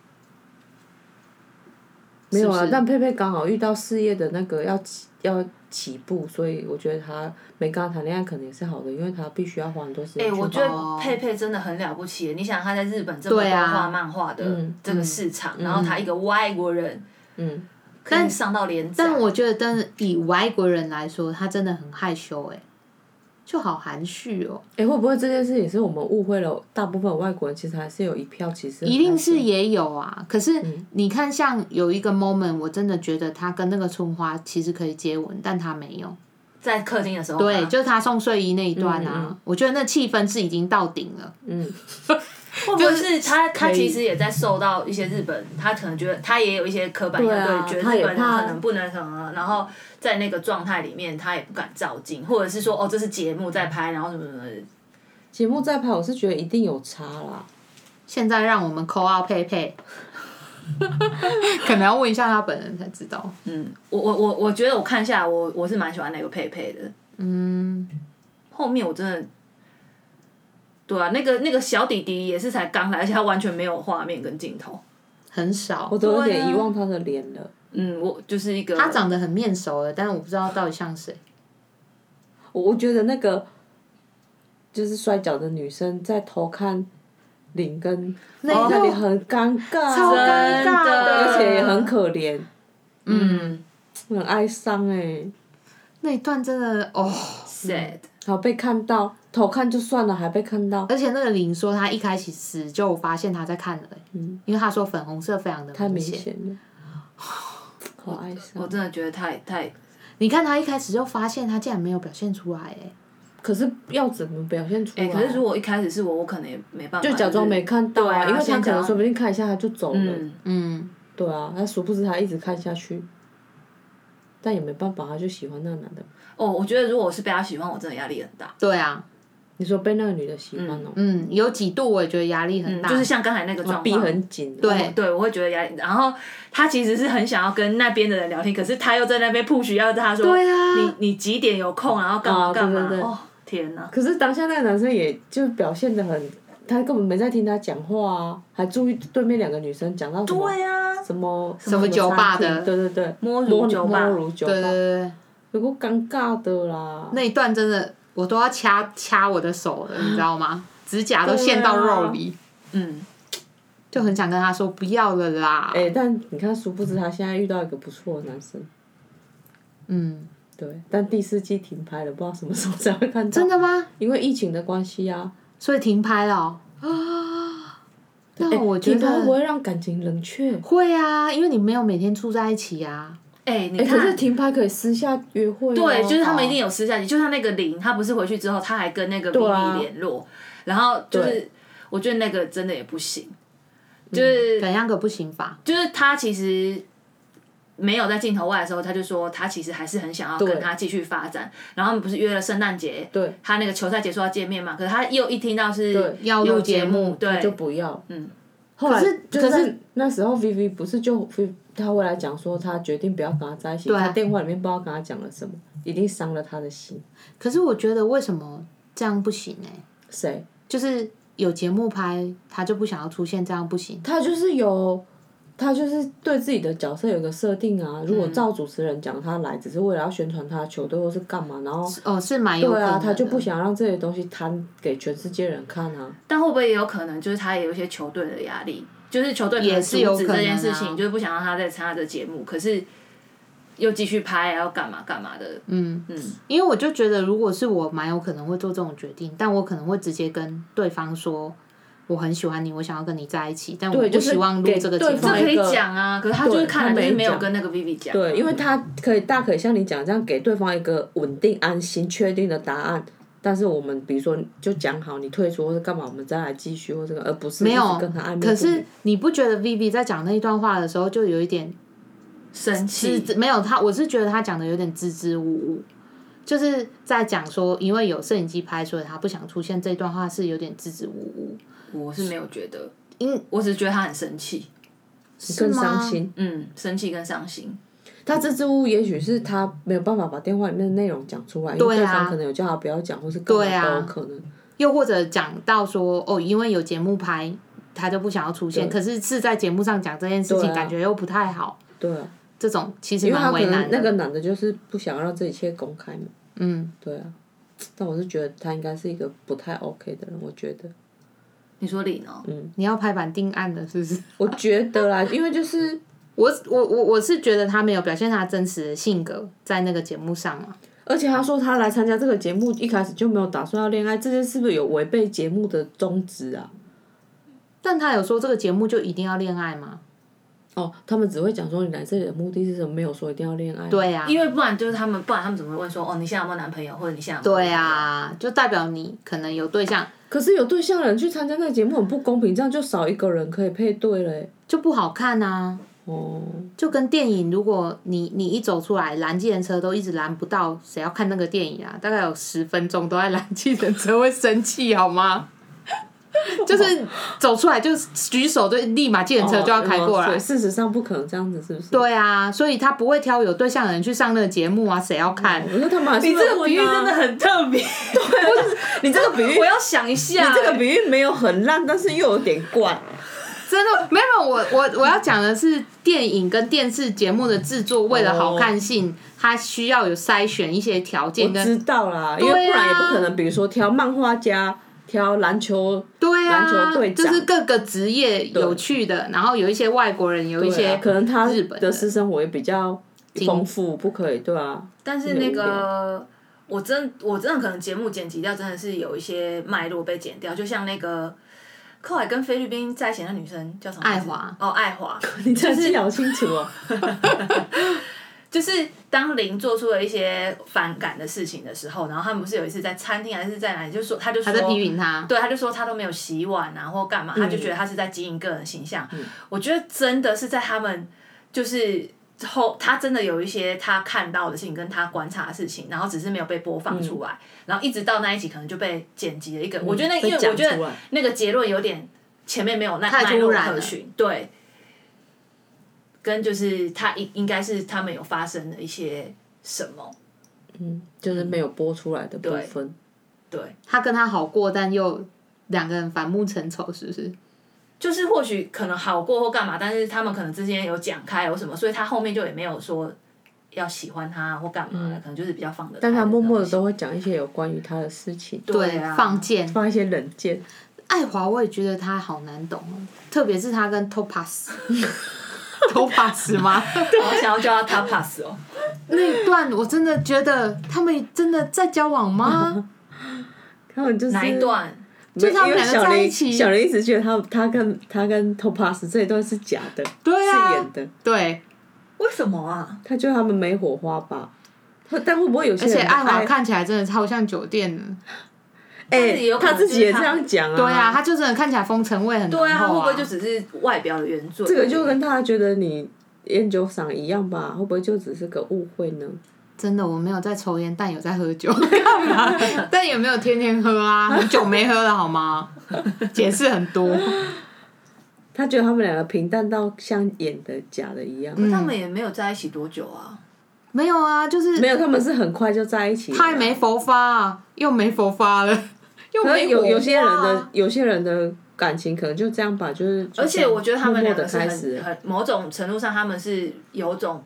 Speaker 3: 没有啊
Speaker 1: 是不。是
Speaker 3: 但佩佩刚好遇到事业的那个要起要起步，所以我觉得他没跟他谈恋爱可能也是好的，因为他必须要花很多时
Speaker 2: 哎、
Speaker 3: 间去
Speaker 2: 我觉
Speaker 3: 花
Speaker 2: 得佩佩真的很了不起耶。你想，她在日本这么
Speaker 1: 对
Speaker 2: 多
Speaker 1: 啊
Speaker 2: 画漫画的
Speaker 3: 嗯
Speaker 2: 这个市场，然后她一个外国人，
Speaker 3: 嗯，
Speaker 2: 可以上到连载。
Speaker 1: 但我觉得真的以外国人来说，他真的很害羞、欸，就好含蓄哦、
Speaker 3: 哎、会不会这件事情是我们误会了？大部分外国人其实还是有一票，其实
Speaker 1: 一定是也有啊。可是
Speaker 2: 嗯
Speaker 1: 你看，像有一个 moment，我真的觉得他跟那个春花其实可以接吻，但他没有。
Speaker 2: 在客厅的时候，
Speaker 1: 对，
Speaker 2: 她
Speaker 1: 就是他送睡衣那一段啊，我觉得那气氛是已经到顶了。
Speaker 3: 嗯，
Speaker 2: 会不会是她？她其实也在受到一些日本，她可能觉得她也有一些刻板印象，
Speaker 3: 对啊
Speaker 2: 对，觉
Speaker 3: 她
Speaker 2: 得日
Speaker 3: 也
Speaker 2: 本人
Speaker 3: 怕
Speaker 2: 可能不能什么，然后在那个状态里面，她也不敢照镜，或者是说哦，这是节目在拍，然后什么什么的。
Speaker 3: 节目再拍，我是觉得一定有差啦。
Speaker 1: 现在让我们扣二佩佩，可能要问一下他本 人才知道。
Speaker 2: 嗯，我我我我觉得我看下来，我我是蛮喜欢那个佩佩的。
Speaker 1: 嗯，
Speaker 2: 后面我真的，对啊，那个那个小弟弟也是才刚来，而且他完全没有画面跟镜头。
Speaker 1: 很少
Speaker 3: 我。都有
Speaker 2: 对
Speaker 3: 点
Speaker 2: 啊
Speaker 3: 遗忘他的脸了。
Speaker 2: 嗯，我就是一个
Speaker 1: 他长得很面熟了，但我不知道到底像谁。
Speaker 3: 我我觉得那个就是摔跤的女生在偷看林跟
Speaker 1: 那
Speaker 3: 那里
Speaker 1: 个
Speaker 3: 很尴尬，
Speaker 1: 超尴
Speaker 2: 真
Speaker 1: 尬的
Speaker 3: 而且也很可怜，
Speaker 2: 嗯
Speaker 3: 很哀伤哎、
Speaker 1: 那一段真的哦，
Speaker 2: sad，
Speaker 3: 好被看到，偷看就算了，还被看到，
Speaker 1: 而且那个林说他一开始死就发现他在看了、
Speaker 3: 嗯
Speaker 1: 因为他说粉红色非常的
Speaker 3: 太明
Speaker 1: 显。
Speaker 3: 显了，好哀
Speaker 2: 我
Speaker 3: 伤。
Speaker 2: 真的觉得太太
Speaker 1: 你看他一开始就发现他竟然没有表现出来、哎，
Speaker 3: 可是要怎么表现出
Speaker 2: 哎、
Speaker 3: 来？
Speaker 2: 可是如果一开始是我，我可能也没办法，
Speaker 3: 就假装没看到
Speaker 2: 对啊
Speaker 3: 因为他
Speaker 2: 先
Speaker 3: 可能
Speaker 2: 假
Speaker 3: 说不定看一下他就走了，
Speaker 2: 嗯，
Speaker 1: 嗯，
Speaker 3: 对啊，他殊不知他一直看下去，但也没办法，他就喜欢那个男的。
Speaker 2: 哦，我觉得如果我是被他喜欢，我真的压力很大。
Speaker 1: 对啊，
Speaker 3: 你说被那个女的喜欢哦、
Speaker 1: 嗯，有几度我也觉得压力很
Speaker 2: 嗯，
Speaker 1: 大，
Speaker 2: 就是像刚才那个状
Speaker 3: 逼
Speaker 2: 况。
Speaker 3: 很紧，
Speaker 1: 对
Speaker 2: 对，我会觉得压力。然后他其实是很想要跟那边的人聊天，可是他又在那边 push，要他说，
Speaker 1: 对啊
Speaker 2: 你你几点有空，然后干嘛
Speaker 3: 啊对
Speaker 2: 干嘛？
Speaker 3: 对对
Speaker 2: 哦，天哪！
Speaker 3: 可是当下那个男生也就表现的很，他根本没在听他讲话啊，还注意对面两个女生讲到什么
Speaker 2: 对啊，
Speaker 3: 什么
Speaker 1: 什么酒吧
Speaker 3: 餐厅
Speaker 1: 的
Speaker 3: 对对对，
Speaker 2: 摸乳
Speaker 3: 摸
Speaker 2: 酒吧
Speaker 3: 摸乳酒吧
Speaker 1: 对对，对对，
Speaker 3: 有够尴尬的啦。
Speaker 1: 那一段真的我都要掐掐我的手了，你知道吗？指甲
Speaker 3: 啊
Speaker 1: 都陷到肉里，
Speaker 2: 嗯，
Speaker 1: 就很想跟他说不要了啦。
Speaker 3: 哎、但你看，殊不知他现在遇到一个不错的男生，
Speaker 1: 嗯，
Speaker 3: 对，但第四季停拍了，不知道什么时候才会看到，
Speaker 1: 真的吗？
Speaker 3: 因为疫情的关系啊。
Speaker 1: 所以停拍了哦、啊？那
Speaker 3: 哎
Speaker 1: 我觉
Speaker 3: 停拍不
Speaker 1: 得
Speaker 3: 会让感情冷却。
Speaker 1: 会啊，因为你没有每天住在一起啊。
Speaker 2: 哎、你
Speaker 3: 哎、
Speaker 2: 看，
Speaker 3: 可是停拍可以私下约会、啊。
Speaker 2: 对，就是他们
Speaker 1: 哦
Speaker 2: 一定有私下，就像那个林，他不是回去之后，他还跟那个 B
Speaker 3: 对啊
Speaker 2: B 联络，然后就是
Speaker 3: 对嗯
Speaker 2: 我觉得那个真的也不行，就是、
Speaker 1: 怎样个不行法？
Speaker 2: 就是他其实没有在镜头外的时候，他就说他其实还是很想要跟他继续发展。然后他们不是约了圣诞节，
Speaker 3: 对，
Speaker 2: 他那个球赛结束要见面嘛？可是他又一听到是
Speaker 3: 对
Speaker 1: 要录节目
Speaker 2: 目，对，
Speaker 3: 就不要。
Speaker 2: 嗯，
Speaker 3: 后来
Speaker 1: 可是
Speaker 3: 就
Speaker 1: 可
Speaker 3: 是那
Speaker 1: 是
Speaker 3: 那时候 Vivi 不是就 Vivi 他后来讲说他决定不要跟他在一起，
Speaker 1: 对啊
Speaker 3: 他电话里面不知道跟他讲了什么，一定伤了他的心。
Speaker 1: 可是我觉得为什么这样不行呢、
Speaker 3: 谁？
Speaker 1: 就是有节目拍，他就不想要出现，这样不行。
Speaker 3: 他就是有，他就是对自己的角色有个设定啊。如果照主持人讲他来，只是为了要宣传他的球队或是干嘛，然后
Speaker 1: 哦，是蛮有可
Speaker 3: 对
Speaker 1: 能
Speaker 3: 啊，
Speaker 1: 的。
Speaker 3: 他就不想让这些东西摊给全世界人看啊。
Speaker 2: 但会不会也有可能就是他也有一些球队的压力，就是球队可能
Speaker 1: 也是有
Speaker 2: 阻止这件
Speaker 1: 可
Speaker 2: 事
Speaker 1: 能
Speaker 2: 情，
Speaker 1: 啊
Speaker 2: 就是不想让他再参加这节目，可是又继续拍，要干嘛干嘛的。
Speaker 1: 嗯，
Speaker 2: 嗯，
Speaker 1: 因为我就觉得，如果是我，蛮有可能会做这种决定，但我可能会直接跟对方说，我很喜欢你，我想要跟你在一起，但我
Speaker 3: 对
Speaker 1: 不
Speaker 3: 就是
Speaker 1: 希望录
Speaker 3: 给
Speaker 1: 这个节
Speaker 3: 对
Speaker 1: 目。
Speaker 2: 这
Speaker 3: 方
Speaker 2: 可以
Speaker 3: 一个
Speaker 2: 讲啊，可是他就是
Speaker 3: 对
Speaker 2: 看来
Speaker 3: 他
Speaker 2: 就是
Speaker 3: 没
Speaker 2: 没有
Speaker 3: 讲
Speaker 2: 跟那个 Vivi 讲。啊
Speaker 3: 对，因为他可以大可以像你讲这样给对方一个稳定、安心、确定的答案。但是我们比如说就讲好，你退出或者干嘛，我们再来继续或这个，而不是
Speaker 1: 没有
Speaker 3: 一直跟他暧昧不明。
Speaker 1: 哦可是你不觉得 Vivi 在讲那一段话的时候，就有一点
Speaker 2: 生
Speaker 1: 支
Speaker 2: 气，
Speaker 1: 支没有他，我是觉得他讲的有点支支吾吾，就是在讲说，因为有摄影机拍，所以他不想出现这段话是有点支支吾吾，
Speaker 2: 我是没有觉得，因我只是觉得他很生气，
Speaker 3: 你更
Speaker 1: 是吗
Speaker 3: 伤心。
Speaker 2: 嗯，生气跟伤心。
Speaker 3: 他支支吾吾，也许是他没有办法把电话里面的内容讲出来，因为
Speaker 1: 对啊
Speaker 3: 对方可能有叫他不要讲，或是干
Speaker 1: 对
Speaker 3: 嘛
Speaker 1: 啊
Speaker 3: 都有可能。
Speaker 1: 又或者讲到说，哦，因为有节目拍，他就不想要出现，可是是在节目上讲这件事情，
Speaker 3: 对啊
Speaker 1: 感觉又不太好，
Speaker 3: 对啊，
Speaker 1: 这种其实
Speaker 3: 因为他
Speaker 1: 蛮
Speaker 3: 可
Speaker 1: 为
Speaker 3: 能
Speaker 1: 难的。
Speaker 3: 那个男的就是不想让这一切公开嘛。
Speaker 1: 嗯，
Speaker 3: 对啊，但我是觉得他应该是一个不太 OK 的人，我觉得。
Speaker 2: 你说李呢？
Speaker 3: 嗯
Speaker 1: 你要拍板定案了，是不是？
Speaker 3: 我觉得啦，因为就是
Speaker 1: 我我我我是觉得他没有表现他真实的性格在那个节目上啊。
Speaker 3: 而且他说他来参加这个节目，一开始就没有打算要恋爱，这件是不是有违背节目的宗旨啊？
Speaker 1: 但他有说这个节目就一定要恋爱吗？
Speaker 3: 哦，他们只会讲说你来这里的目的是什么，没有说一定要恋爱。，
Speaker 1: 对啊，
Speaker 2: 因为不然就是他们，不然他们怎么会问说哦，你现在有没有男朋友，或者你现在有没有
Speaker 1: 对啊，就代表你可能有对象，
Speaker 3: 可是有对象的人去参加那个节目很不公平，这样就少一个人可以配对嘞。
Speaker 1: 就不好看啊。
Speaker 3: 哦，
Speaker 1: 就跟电影，如果你你一走出来，拦计程车都一直拦不到，谁要看那个电影啊？大概有十分钟都在拦计程 车，会生气好吗？就是走出来就是举手，就立马计程车就要开过
Speaker 3: 哦
Speaker 1: 来。
Speaker 3: 对事实上不可能这样子，是不是？
Speaker 1: 对啊，所以他不会挑有对象的人去上那个节目啊，谁要看？
Speaker 3: 我觉得他们还是
Speaker 2: 你
Speaker 3: 会
Speaker 2: 这个比喻
Speaker 3: 问啊
Speaker 2: 真的，很特别，
Speaker 3: 你这个比喻
Speaker 2: 我，要想啊一下、
Speaker 3: 你这个
Speaker 2: 欸
Speaker 3: 比喻没有很烂，但是又有点怪。
Speaker 1: 真的没有，我我我要讲的是电影跟电视节目的制作，为了好看性，它需要有筛选一些条件
Speaker 3: 哦我
Speaker 1: 跟
Speaker 3: 知道啦，因
Speaker 1: 对啊
Speaker 3: 为不然也不可能，比如说挑漫画家，挑篮球
Speaker 1: 对
Speaker 3: 篮
Speaker 1: 啊
Speaker 3: 球队，
Speaker 1: 就
Speaker 3: 长
Speaker 1: 是各个职业有趣的，然后有一些外国人，有一
Speaker 3: 对
Speaker 1: 些
Speaker 3: 啊可能他
Speaker 1: 日本
Speaker 3: 的私生活也比较丰富，不可以对啊。
Speaker 2: 但是那个我真我真的可能节目剪辑掉，真的是有一些脉络被剪掉，就像那个寇海跟菲律宾在一起的那女生叫什么名字？
Speaker 1: 爱华
Speaker 2: 哦，爱华，
Speaker 3: 你这记得好清楚哦。
Speaker 2: 就是当林做出了一些反感的事情的时候，然后他们不是有一次在餐厅还是在哪里，就说他就说
Speaker 1: 还在批评他。
Speaker 2: 对，他就说他都没有洗碗啊，或干嘛，他就觉得他是在经营个人形象。我觉得真的是在他们就是后，他真的有一些他看到的事情跟他观察的事情，然后只是没有被播放出来，然后一直到那一集可能就被剪辑了一个。我觉得那
Speaker 3: 被
Speaker 2: 因为
Speaker 3: 讲
Speaker 2: 我觉得
Speaker 3: 出来
Speaker 2: 那个结论有点前面没有那
Speaker 1: 太
Speaker 2: 脉络
Speaker 1: 突然
Speaker 2: 可
Speaker 1: 了
Speaker 2: 循，对。跟就是他应应该是他们有发生了一些什么，
Speaker 3: 嗯，就是没有播出来的部分。
Speaker 2: 对，
Speaker 1: 他跟他好过，但又两个人反目成仇，是不是？
Speaker 2: 就是或许可能好过或干嘛，但是他们可能之间有讲开有什么，所以他后面就也没有说要喜欢他或干嘛的，可能就是比较放得开
Speaker 3: 但
Speaker 2: 的东西。
Speaker 3: 他默默的都会讲一些有关于他的事情，
Speaker 2: 对啊，
Speaker 1: 放箭。
Speaker 3: 放一些冷箭。
Speaker 1: 爱华我也觉得他好难懂哦，特别是他跟 Topaz，Topaz 吗？
Speaker 2: 好想要叫他他 pass 哦。
Speaker 1: 那一段我真的觉得他们真的在交往吗？
Speaker 3: 他们就是
Speaker 2: 哪一？段？
Speaker 3: 嗯
Speaker 1: 就他们两个
Speaker 3: 因为小
Speaker 1: 在一
Speaker 3: 林
Speaker 1: 起
Speaker 3: 小林一直觉得他他跟他跟 Topaz 这一段是假的，
Speaker 1: 对啊
Speaker 3: 是演的。
Speaker 1: 对，
Speaker 2: 为什么啊？
Speaker 3: 他觉得他们没火花吧？会但会不会有些
Speaker 1: 而且
Speaker 3: 人哎
Speaker 1: 爱华
Speaker 3: 爱
Speaker 1: 看起来真的超像酒店的。
Speaker 2: 但是
Speaker 3: 哎
Speaker 2: 有，可
Speaker 3: 他
Speaker 2: 能
Speaker 3: 自己也
Speaker 2: 就是他
Speaker 3: 这样讲啊？
Speaker 1: 对啊，他就真的看起来风尘味很浓厚
Speaker 2: 啊对啊，会不会就
Speaker 1: 啊
Speaker 2: 只是外表的原罪？
Speaker 3: 这个就跟他觉得你烟酒嗓一样吧？会不会就只是个误会呢？
Speaker 1: 真的，我没有在抽烟，但有在喝 酒，干嘛？但也没有天天喝啊，很久没喝了好吗？解释很多，
Speaker 3: 他觉得他们两个平淡到像演的假的一样，
Speaker 2: 他们也没有在一起多久啊。
Speaker 1: 没有啊，就是
Speaker 3: 没有，他们是很快就在一起了。
Speaker 1: 太没佛发、啊，又没佛发了，又
Speaker 3: 可
Speaker 1: 没
Speaker 3: 能有
Speaker 1: 火
Speaker 3: 有些人
Speaker 1: 花
Speaker 3: 的
Speaker 1: 啊
Speaker 3: 有些人的感情可能就这样吧，就是
Speaker 2: 而且我觉得他们
Speaker 3: 默
Speaker 2: 两
Speaker 3: 默
Speaker 2: 个
Speaker 3: 的
Speaker 2: 是
Speaker 3: 开
Speaker 2: 很
Speaker 3: 始，
Speaker 2: 很某种程度上，他们是有种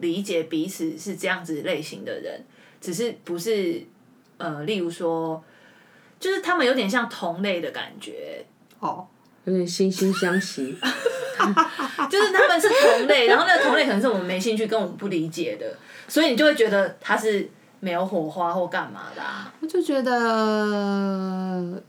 Speaker 2: 理解彼此是这样子类型的人，只是不是呃，例如说，就是他们有点像同类的感觉，
Speaker 1: 哦，
Speaker 3: 有点惺惺相惜。
Speaker 2: 就是他们是同类，然后那个同类可能是我们没兴趣跟我们不理解的，所以你就会觉得他是没有火花或干嘛的、啊。
Speaker 1: 我就觉得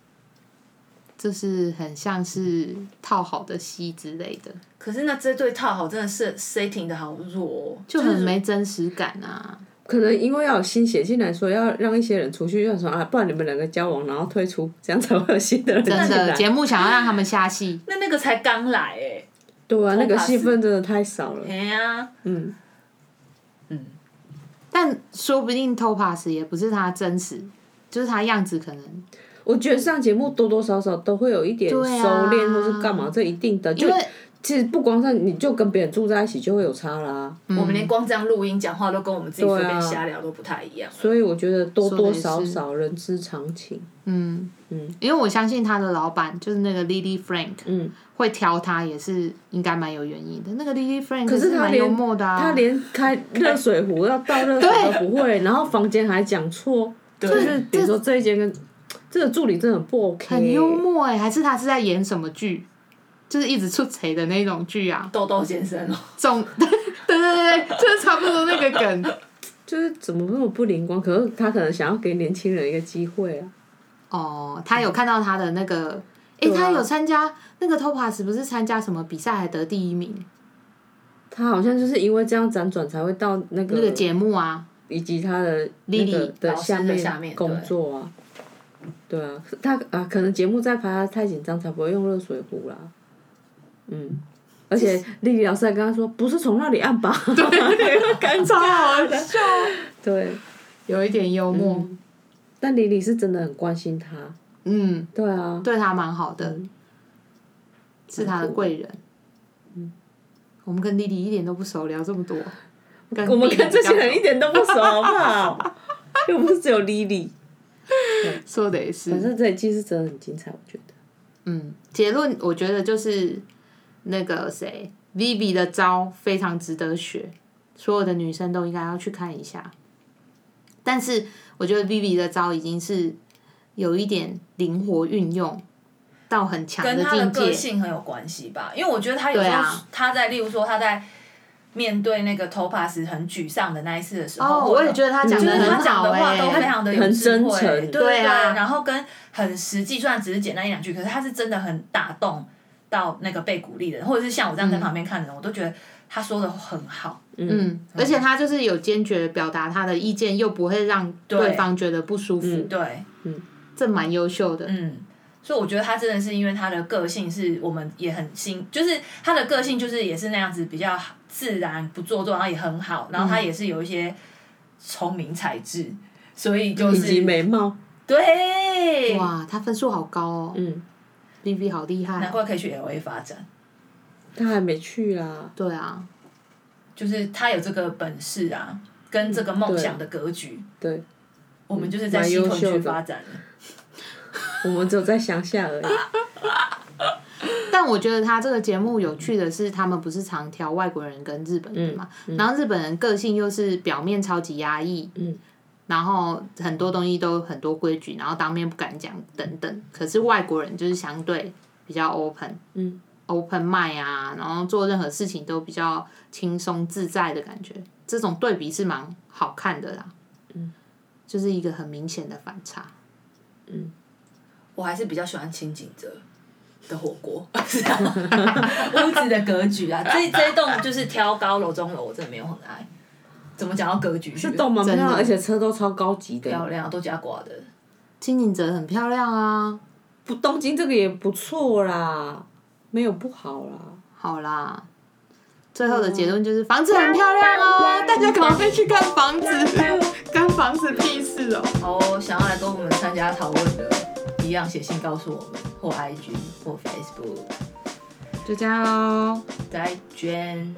Speaker 1: 就是很像是套好的戏之类的，
Speaker 2: 可是那这对套好真的是 setting 的好弱、哦，
Speaker 1: 就
Speaker 2: 就是
Speaker 1: 很没真实感啊。
Speaker 3: 可能因为要有新血进来说，要让一些人出去，就想说啊，不然你们两个交往，然后退出，这样才会有新的人进
Speaker 1: 真的，
Speaker 3: 来。
Speaker 1: 节目想要让他们下戏，
Speaker 2: 那那个才刚来哎、
Speaker 3: 对啊，那个
Speaker 2: 头发
Speaker 3: 戏
Speaker 2: 是
Speaker 3: 份真的太少了
Speaker 2: 欸，。哎呀、
Speaker 3: 嗯，
Speaker 1: 但说不定 Topaz 也不是他真实，就是他样子可能
Speaker 3: 我觉得上节目多多少少都会有一点收
Speaker 1: 对啊
Speaker 3: 敛或是干嘛，这一定的。就
Speaker 1: 因为
Speaker 3: 其实不光是你就跟别人住在一起就会有差啦，
Speaker 1: 嗯
Speaker 2: 我们连光这样录音讲话都跟我们自己随
Speaker 3: 对啊
Speaker 2: 便瞎聊都不太一
Speaker 1: 啊
Speaker 2: 样。
Speaker 3: 所以我觉得多多
Speaker 1: 说
Speaker 3: 少
Speaker 1: 得也是
Speaker 3: 少人之常情。
Speaker 1: 嗯嗯，因为我相信他的老板就是那个 Lily Frank，
Speaker 3: 嗯，
Speaker 1: 会挑他也是应该蛮有原因的。那个 Lily Frank
Speaker 3: 可是
Speaker 1: 是
Speaker 3: 他
Speaker 1: 蛮
Speaker 3: 连
Speaker 1: 幽默的啊，
Speaker 3: 他连 开热水壶要倒热水都不会，然后房间还讲错，就是比如说这一间跟这个助理真的很不 OK，
Speaker 1: 很幽默哎、还是他是在演什么剧？就是一直出贼的那种剧啊，
Speaker 2: 豆豆先生哦，
Speaker 1: 总 对对对对，就是差不多那个梗
Speaker 3: 就是怎么那么不灵光？可是他可能想要给年轻人一个机会啊。
Speaker 1: 哦。他有看到他的那个，诶，
Speaker 3: 对啊
Speaker 1: 他有参加那个 Topaz 不是参加什么比赛还得第一名
Speaker 3: 他好像就是因为这样辗转才会到那个
Speaker 1: 那个节目啊？
Speaker 3: 以及他的那个
Speaker 1: Lily
Speaker 3: 的
Speaker 2: 老师
Speaker 3: 下
Speaker 2: 的下面
Speaker 3: 面工作啊，对啊，他啊可能节目在排他太紧张才不会用热水壶啦，嗯，而且丽丽老师还跟他说不是从那里按吧，对，干 超好笑，对，
Speaker 1: 有一点幽默，
Speaker 3: 但丽丽是真的很关心他，
Speaker 1: 嗯，
Speaker 3: 对啊，
Speaker 1: 对他蛮好
Speaker 2: 嗯
Speaker 1: 的，是他的贵人。
Speaker 2: 嗯
Speaker 1: 我们跟莉莉一点都不熟，聊这么多，
Speaker 3: 我们跟这些人
Speaker 1: 一
Speaker 3: 一点都不熟，好不好？又不是只有丽丽，
Speaker 1: 说的也是
Speaker 3: 反，正这一季是真的很精彩，我觉得。
Speaker 1: 嗯，结论我觉得就是那个谁，Vivi 的招非常值得学，所有的女生都应该要去看一下。但是我觉得 Vivi 的招已经是有一点灵活运用到很强
Speaker 2: 跟他的
Speaker 1: 境
Speaker 2: 个
Speaker 1: 界，
Speaker 2: 性很有关系吧？因为我觉得他有时
Speaker 1: 对
Speaker 2: 候
Speaker 1: 啊
Speaker 2: 他在，例如说他在面对那个头发时很沮丧的那一次的时候，
Speaker 1: 哦，
Speaker 2: 或者
Speaker 1: 我也觉得他讲
Speaker 2: 就
Speaker 1: 的
Speaker 2: 是他
Speaker 1: 很
Speaker 2: 讲
Speaker 1: 好
Speaker 2: 的话
Speaker 1: 哎、
Speaker 2: 都非常的有
Speaker 3: 很
Speaker 2: 智慧
Speaker 3: 真
Speaker 2: 对
Speaker 3: 诚
Speaker 2: 对
Speaker 1: 对啊
Speaker 2: 然后跟很实际，虽然只是简单一两句，可是他是真的很打动到那个被鼓励的人，或者是像我这样在旁边看的人，我都觉得他说的很好。
Speaker 1: 嗯，而且他就是有坚决表达他的意见，又不会让对嗯方觉得不舒服，
Speaker 2: 对，
Speaker 1: 这蛮优秀的。
Speaker 2: 嗯，所以我觉得他真的是因为他的个性是我们也很欣，就是他的个性就是也是那样子比较自然不做作，然后也很好，然后他也是有一些聪明才智，所以就
Speaker 3: 以及
Speaker 2: 是
Speaker 3: 美貌，
Speaker 2: 对，
Speaker 1: 哇，他分数好高哦
Speaker 3: 嗯，
Speaker 1: ，B B 好厉害
Speaker 2: 难
Speaker 1: 哦。
Speaker 2: 怪可以去 L A 发展，
Speaker 3: 他还没去啦。
Speaker 1: 对啊，
Speaker 2: 就是他有这个本事啊，跟这个梦想的格局，
Speaker 3: 嗯对，
Speaker 2: 我们就是在
Speaker 3: 蛮
Speaker 2: 西
Speaker 3: 优
Speaker 2: 屯
Speaker 3: 秀
Speaker 2: 区
Speaker 3: 的
Speaker 2: 发展的。
Speaker 3: 我们只有在乡下而已。
Speaker 1: 但我觉得他这个节目有趣的是，他们不是常挑外国人跟日本人嘛，然后日本人个性又是表面超级压抑，
Speaker 3: 嗯
Speaker 1: 然后很多东西都很多规矩，然后当面不敢讲等等。可是外国人就是相对比较 open，
Speaker 3: 嗯
Speaker 1: ，open mind 啊，然后做任何事情都比较轻松自在的感觉，这种对比是蛮好看的啦，
Speaker 3: 嗯，
Speaker 1: 就是一个很明显的反差。
Speaker 2: 我还是比较喜欢清景泽的火锅， 是啊屋子的格局 啊，这这一栋就是挑高楼中楼，我真的没有很爱。怎么讲到格局？
Speaker 3: 是动蛮漂
Speaker 1: 真
Speaker 3: 亮，
Speaker 1: 的
Speaker 3: 而且车都超高级
Speaker 2: 漂
Speaker 3: 的。
Speaker 2: 亮，都加挂的。
Speaker 1: 金井泽很漂亮啊，
Speaker 3: 不，东京这个也不错啦，没有不好啦。
Speaker 1: 好啦，最后的结论就是房子很漂亮
Speaker 3: 嗯
Speaker 1: 哦，大家赶快去看房子，跟房子屁事哦。
Speaker 2: 好哦，想要来跟我们参加讨论的，一样写信告诉我们，或 IG 或 Facebook。
Speaker 1: 就这样喽。
Speaker 2: 再见。